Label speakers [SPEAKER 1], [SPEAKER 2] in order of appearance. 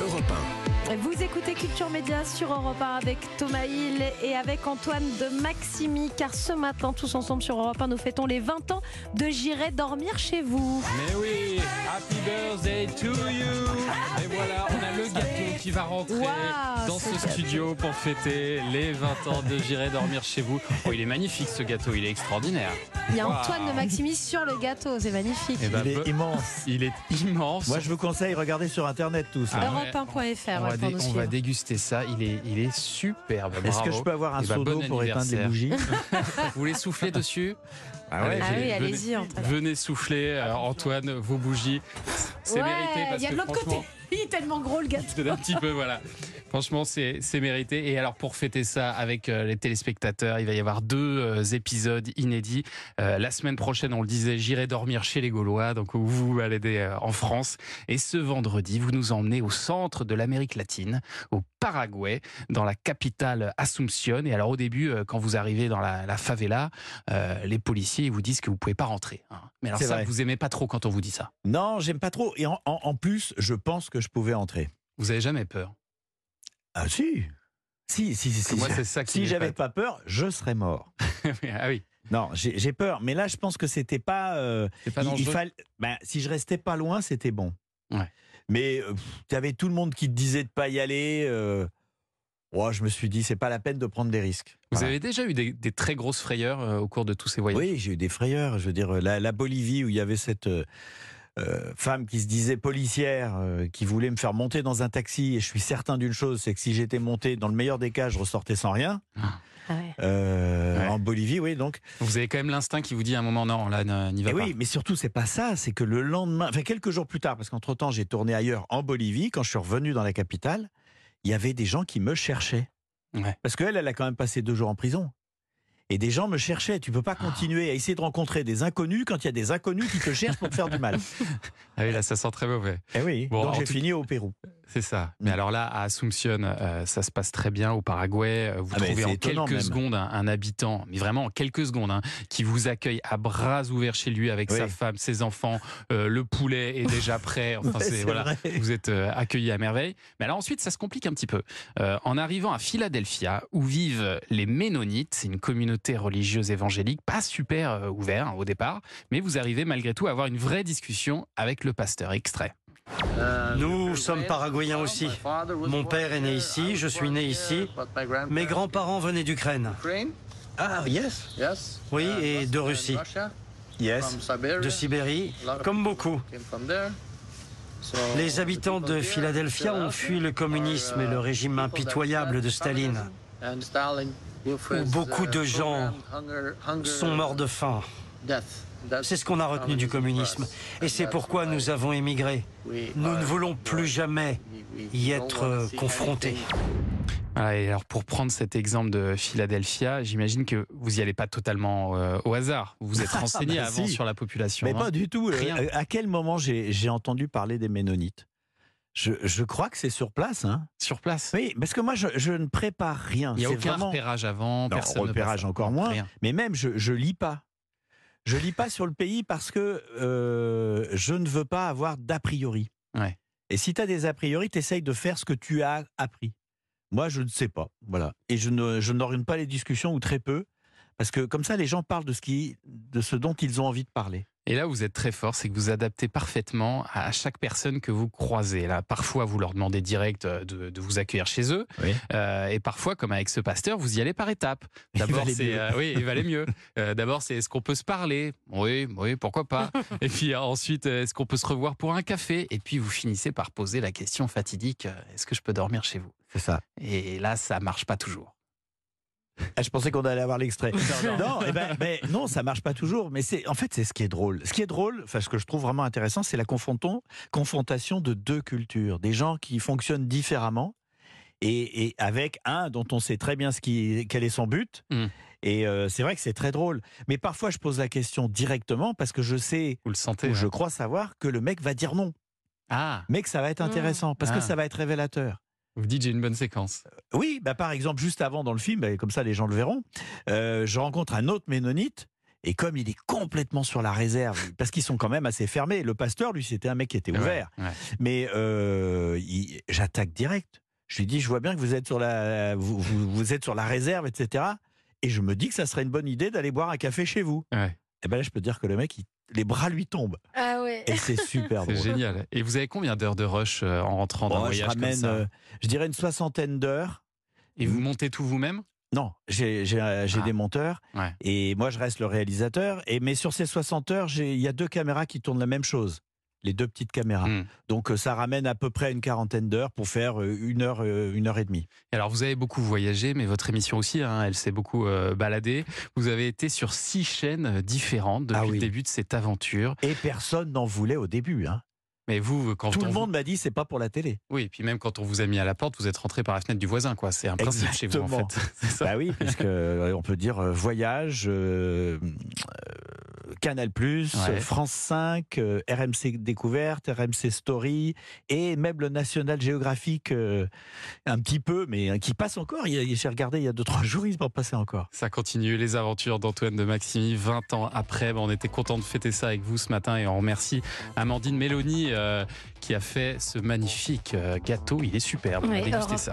[SPEAKER 1] Europe
[SPEAKER 2] Vous écoutez Culture Média sur Europe 1 avec Thomas Hill et avec Antoine de Maximi, car ce matin, tous ensemble sur Europe 1, nous fêtons les 20 ans de J'irai dormir chez vous.
[SPEAKER 3] Mais oui, happy birthday to you. Et voilà, on a le gâteau qui va rentrer
[SPEAKER 2] Waouh,
[SPEAKER 3] dans
[SPEAKER 2] ce
[SPEAKER 3] ce studio pour fêter les 20 ans de J'irai dormir chez vous. Oh, il est magnifique ce gâteau, il est extraordinaire.
[SPEAKER 2] Il y a
[SPEAKER 3] Wow.
[SPEAKER 2] Antoine de Maximi sur le gâteau, c'est magnifique.
[SPEAKER 3] Eh ben,
[SPEAKER 4] Il
[SPEAKER 3] peu-
[SPEAKER 4] est immense.
[SPEAKER 3] il est immense.
[SPEAKER 4] Moi, je vous conseille, regardez sur Internet tout ça.
[SPEAKER 3] Ah ouais.
[SPEAKER 2] Europe 1.fr
[SPEAKER 3] on, va
[SPEAKER 2] ouais, pour
[SPEAKER 3] dé-
[SPEAKER 2] nous
[SPEAKER 3] on va
[SPEAKER 2] suivre.
[SPEAKER 3] déguster ça, il est, il est superbe.
[SPEAKER 4] Est-ce
[SPEAKER 3] bravo.
[SPEAKER 4] que je peux avoir un
[SPEAKER 3] Eh ben,
[SPEAKER 4] seau
[SPEAKER 3] bon
[SPEAKER 4] d'eau pour éteindre les
[SPEAKER 3] anniversaire.
[SPEAKER 4] bougies
[SPEAKER 3] Vous voulez souffler dessus
[SPEAKER 4] Ah ouais.
[SPEAKER 2] Ah oui,
[SPEAKER 3] venez-
[SPEAKER 2] allez-y, Antoine.
[SPEAKER 3] Venez souffler, euh, Antoine, vos bougies. C'est
[SPEAKER 2] Ouais,
[SPEAKER 3] mérité. parce
[SPEAKER 2] il y a de
[SPEAKER 3] que
[SPEAKER 2] l'autre côté.
[SPEAKER 3] franchement,
[SPEAKER 2] Il est tellement gros le gâteau.
[SPEAKER 3] C'était un petit peu, voilà. Franchement, c'est c'est mérité. Et alors, pour fêter ça avec euh, les téléspectateurs, il va y avoir deux euh, épisodes inédits. Euh, la semaine prochaine, on le disait, j'irai dormir chez les Gaulois, donc où vous vous allez euh, en France. Et ce vendredi, vous nous emmenez au centre de l'Amérique latine, au Paraguay, dans la capitale Asunción. Et alors, au début, euh, quand vous arrivez dans la, la favela, euh, les policiers ils vous disent que vous pouvez pas rentrer. hein. Mais alors,
[SPEAKER 4] C'est
[SPEAKER 3] ça,
[SPEAKER 4] vrai.
[SPEAKER 3] vous aimez pas trop quand on vous dit ça.
[SPEAKER 4] Non, j'aime pas trop. Et en, en- en plus, je pense que je pouvais entrer.
[SPEAKER 3] Vous avez jamais peur.
[SPEAKER 4] Ah si Si, si, si.
[SPEAKER 3] Parce que
[SPEAKER 4] Si,
[SPEAKER 3] moi, c'est ça qui
[SPEAKER 4] si j'avais
[SPEAKER 3] m'épate.
[SPEAKER 4] pas peur, je serais mort.
[SPEAKER 3] ah oui,
[SPEAKER 4] Non, j'ai j'ai peur. Mais là, je pense que c'était pas. euh,
[SPEAKER 3] c'est pas
[SPEAKER 4] il- il
[SPEAKER 3] dangereux.
[SPEAKER 4] fallait- ben, si je restais pas loin, c'était bon.
[SPEAKER 3] Ouais.
[SPEAKER 4] Mais tu avais tout le monde qui te disait de pas y aller. euh, ouais, je me suis dit, c'est pas la peine de prendre des risques.
[SPEAKER 3] Vous
[SPEAKER 4] Voilà.
[SPEAKER 3] avez déjà eu des, des très grosses frayeurs euh, au cours de tous ces voyages
[SPEAKER 4] Oui, j'ai eu des frayeurs. Je veux dire, la, la Bolivie où il y avait cette euh, euh, femme qui se disait policière, euh, qui voulait me faire monter dans un taxi. Et je suis certain d'une chose, c'est que si j'étais monté, dans le meilleur des cas, je ressortais sans rien.
[SPEAKER 2] Ah ouais.
[SPEAKER 4] Euh,
[SPEAKER 3] Ouais.
[SPEAKER 4] En Bolivie, oui, donc.
[SPEAKER 3] Vous avez quand même l'instinct qui vous dit à un moment non, là, ne- n'y va
[SPEAKER 4] Et
[SPEAKER 3] pas.
[SPEAKER 4] Bah Eh oui, mais surtout, c'est pas ça. C'est que le lendemain, enfin quelques jours plus tard, parce qu'entre temps, j'ai tourné ailleurs en Bolivie. Quand je suis revenu dans la capitale, il y avait des gens qui me cherchaient.
[SPEAKER 3] Ouais.
[SPEAKER 4] Parce qu'elle, elle a quand même passé deux jours en prison. Et des gens me cherchaient. Tu peux
[SPEAKER 3] Ah.
[SPEAKER 4] pas continuer à essayer de rencontrer des inconnus quand il y a des inconnus qui te cherchent pour te faire du mal.
[SPEAKER 3] Ah oui, là, ça sent très mauvais.
[SPEAKER 4] Eh oui,
[SPEAKER 3] Bon, en
[SPEAKER 4] donc j'ai
[SPEAKER 3] tout-
[SPEAKER 4] fini au Pérou.
[SPEAKER 3] C'est ça. Mais
[SPEAKER 4] Mm.
[SPEAKER 3] alors là, à Asunción, euh, ça se passe très bien. Au Paraguay, euh, vous
[SPEAKER 4] Ah ben,
[SPEAKER 3] trouvez
[SPEAKER 4] c'est
[SPEAKER 3] en
[SPEAKER 4] étonnant
[SPEAKER 3] quelques
[SPEAKER 4] même.
[SPEAKER 3] secondes un, un habitant, mais vraiment en quelques secondes, hein, qui vous accueille à bras ouverts chez lui avec
[SPEAKER 4] Oui.
[SPEAKER 3] sa femme, ses enfants, euh, le poulet est déjà prêt. Enfin,
[SPEAKER 4] Ouais,
[SPEAKER 3] c'est
[SPEAKER 4] c'est
[SPEAKER 3] voilà.
[SPEAKER 4] vrai.
[SPEAKER 3] Vous êtes euh, accueillis à merveille. Mais alors ensuite, ça se complique un petit peu. Euh, en arrivant à Philadelphia, où vivent les Ménonites, c'est une communauté religieuse évangélique, pas super euh, ouverte hein, au départ, mais vous arrivez malgré tout à avoir une vraie discussion avec le pasteur extrait.
[SPEAKER 5] Nous sommes paraguayens aussi. Mon père est né ici, je suis né ici. Mes grands-parents venaient d'Ukraine.
[SPEAKER 6] Ah, yes.
[SPEAKER 5] Oui, et de uh, Russie, de Sibérie, comme beaucoup. Les habitants de Philadelphia ont fui le communisme et le régime impitoyable de Staline, uh, où beaucoup de gens sont morts de faim. C'est ce qu'on a retenu du communisme. Et c'est pourquoi nous avons émigré. Nous ne voulons plus jamais y être confrontés.
[SPEAKER 3] Voilà, Ah, et alors pour prendre cet exemple de Philadelphia, j'imagine que vous n'y allez pas totalement euh, au hasard. Vous vous êtes renseigné
[SPEAKER 4] Bah
[SPEAKER 3] avant
[SPEAKER 4] si.
[SPEAKER 3] sur la population.
[SPEAKER 4] Mais
[SPEAKER 3] hein.
[SPEAKER 4] pas du tout. Euh,
[SPEAKER 3] Rien.
[SPEAKER 4] À quel moment j'ai j'ai entendu parler des Ménonites je, je crois que c'est sur place. Hein.
[SPEAKER 3] Sur place,
[SPEAKER 4] Oui, parce que moi, je, je ne prépare rien.
[SPEAKER 3] il n'y a
[SPEAKER 4] C'est
[SPEAKER 3] aucun
[SPEAKER 4] vraiment-
[SPEAKER 3] repérage avant.
[SPEAKER 4] Non,
[SPEAKER 3] personne ne passe
[SPEAKER 4] repérage
[SPEAKER 3] avant,
[SPEAKER 4] encore moins.
[SPEAKER 3] rien.
[SPEAKER 4] Mais même, je, je lis pas. Je lis pas sur le pays parce que euh, je ne veux pas avoir d'a priori.
[SPEAKER 3] Ouais.
[SPEAKER 4] Et si tu as des a priori, t'essayes de faire ce que tu as appris. Moi, je ne sais pas. Voilà. Et je ne, je n'oriente pas les discussions ou très peu. Parce que comme ça, les gens parlent de ce, qui, de ce dont ils ont envie de parler.
[SPEAKER 3] Et là, vous êtes très fort, c'est que vous adaptez parfaitement à chaque personne que vous croisez. Là, parfois, vous leur demandez direct euh, de, de vous accueillir chez eux,
[SPEAKER 4] Oui.
[SPEAKER 3] Euh, et parfois, comme avec ce pasteur, vous y allez par étapes. D'abord,
[SPEAKER 4] valait
[SPEAKER 3] c'est
[SPEAKER 4] mieux.
[SPEAKER 3] euh, oui, il valait mieux. Euh, D'abord, c'est est-ce qu'on peut se parler Oui, oui, pourquoi pas. Et puis euh, ensuite, euh, est-ce qu'on peut se revoir pour un café Et puis, vous finissez par poser la question fatidique euh, est-ce que je peux dormir chez vous
[SPEAKER 4] C'est ça.
[SPEAKER 3] Et là, ça marche pas toujours.
[SPEAKER 4] Ah, je pensais qu'on allait avoir l'extrait. non, eh ben, ben, non, ça marche pas toujours. Mais c'est en fait, c'est ce qui est drôle. Ce qui est drôle, enfin, ce que je trouve vraiment intéressant, c'est la confronton- confrontation de deux cultures, des gens qui fonctionnent différemment. Et, et avec un dont on sait très bien ce qui, quel est son but.
[SPEAKER 3] Mm.
[SPEAKER 4] Et euh, c'est vrai que c'est très drôle. Mais parfois, je pose la question directement parce que je sais,
[SPEAKER 3] Vous le sentez
[SPEAKER 4] ou je
[SPEAKER 3] ouais.
[SPEAKER 4] crois savoir, que le mec va dire non.
[SPEAKER 3] Ah,
[SPEAKER 4] Mais que ça va être intéressant parce
[SPEAKER 3] Ah.
[SPEAKER 4] que ça va être révélateur.
[SPEAKER 3] vous dites j'ai une bonne séquence.
[SPEAKER 4] Oui, bah par exemple, juste avant dans le film, bah, comme ça les gens le verront, euh, je rencontre un autre ménonite Et comme il est complètement sur la réserve, parce qu'ils sont quand même assez fermés. Le pasteur, lui, c'était un mec qui était ouvert.
[SPEAKER 3] Ouais, ouais.
[SPEAKER 4] Mais euh, il- j'attaque direct. Je lui dis, je vois bien que vous êtes sur la, vous, vous- vous êtes sur la réserve, etc. Et je me dis que ça serait une bonne idée d'aller boire un café chez vous.
[SPEAKER 3] Ouais.
[SPEAKER 4] Et ben là, je peux te dire que le mec, il- les bras lui tombent.
[SPEAKER 2] Ah ouais.
[SPEAKER 4] Et c'est super
[SPEAKER 3] C'est
[SPEAKER 4] drôle.
[SPEAKER 3] génial. Et vous avez combien d'heures de rush euh, en rentrant d'un
[SPEAKER 4] Bon, je
[SPEAKER 3] voyage comme
[SPEAKER 4] ramène,
[SPEAKER 3] ça
[SPEAKER 4] euh, mm. je dirais une soixantaine d'heures.
[SPEAKER 3] Et vous montez tout vous-même
[SPEAKER 4] Non, j'ai j'ai, euh, j'ai
[SPEAKER 3] Ah.
[SPEAKER 4] des monteurs
[SPEAKER 3] Ouais.
[SPEAKER 4] et moi je reste le réalisateur. Et mais sur ces 60 heures, j'ai- il y a deux caméras qui tournent la même chose, les deux petites caméras.
[SPEAKER 3] Hmm.
[SPEAKER 4] Donc euh, ça ramène à peu près à une quarantaine d'heures pour faire euh, une heure, euh, une heure et demie.
[SPEAKER 3] Et Alors vous avez beaucoup voyagé, mais votre émission aussi, hein, elle s'est beaucoup euh, baladée. Vous avez été sur six chaînes euh, différentes depuis
[SPEAKER 4] Ah oui.
[SPEAKER 3] le début de cette aventure.
[SPEAKER 4] Et personne n'en voulait au début. hein.
[SPEAKER 3] Mais vous, quand
[SPEAKER 4] Tout
[SPEAKER 3] on
[SPEAKER 4] le
[SPEAKER 3] vous-
[SPEAKER 4] monde m'a dit c'est pas pour la télé.
[SPEAKER 3] oui, et puis même quand on vous a mis à la porte, vous êtes rentré par la fenêtre du voisin, quoi. C'est un principe chez vous en
[SPEAKER 4] Exactement.
[SPEAKER 3] fait. C'est ça.
[SPEAKER 4] Bah oui, puisque euh, on peut dire euh, voyage, euh, euh, Canal+,
[SPEAKER 3] Ouais.
[SPEAKER 4] France 5, euh, RMC Découverte, RMC Story et même le National Géographique euh, un petit peu, mais euh, qui passe encore. Il y a- J'ai regardé il y a deux trois jours, ils m'en passaient encore.
[SPEAKER 3] Ça continue les aventures d'Antoine de Maximi 20 ans après. Ben, on était content de fêter ça avec vous ce matin et on remercie Amandine Mélanie euh, qui a fait ce magnifique euh, gâteau. Il est superbe.
[SPEAKER 2] Ouais,
[SPEAKER 3] on a dégusté
[SPEAKER 2] Europe
[SPEAKER 3] ça.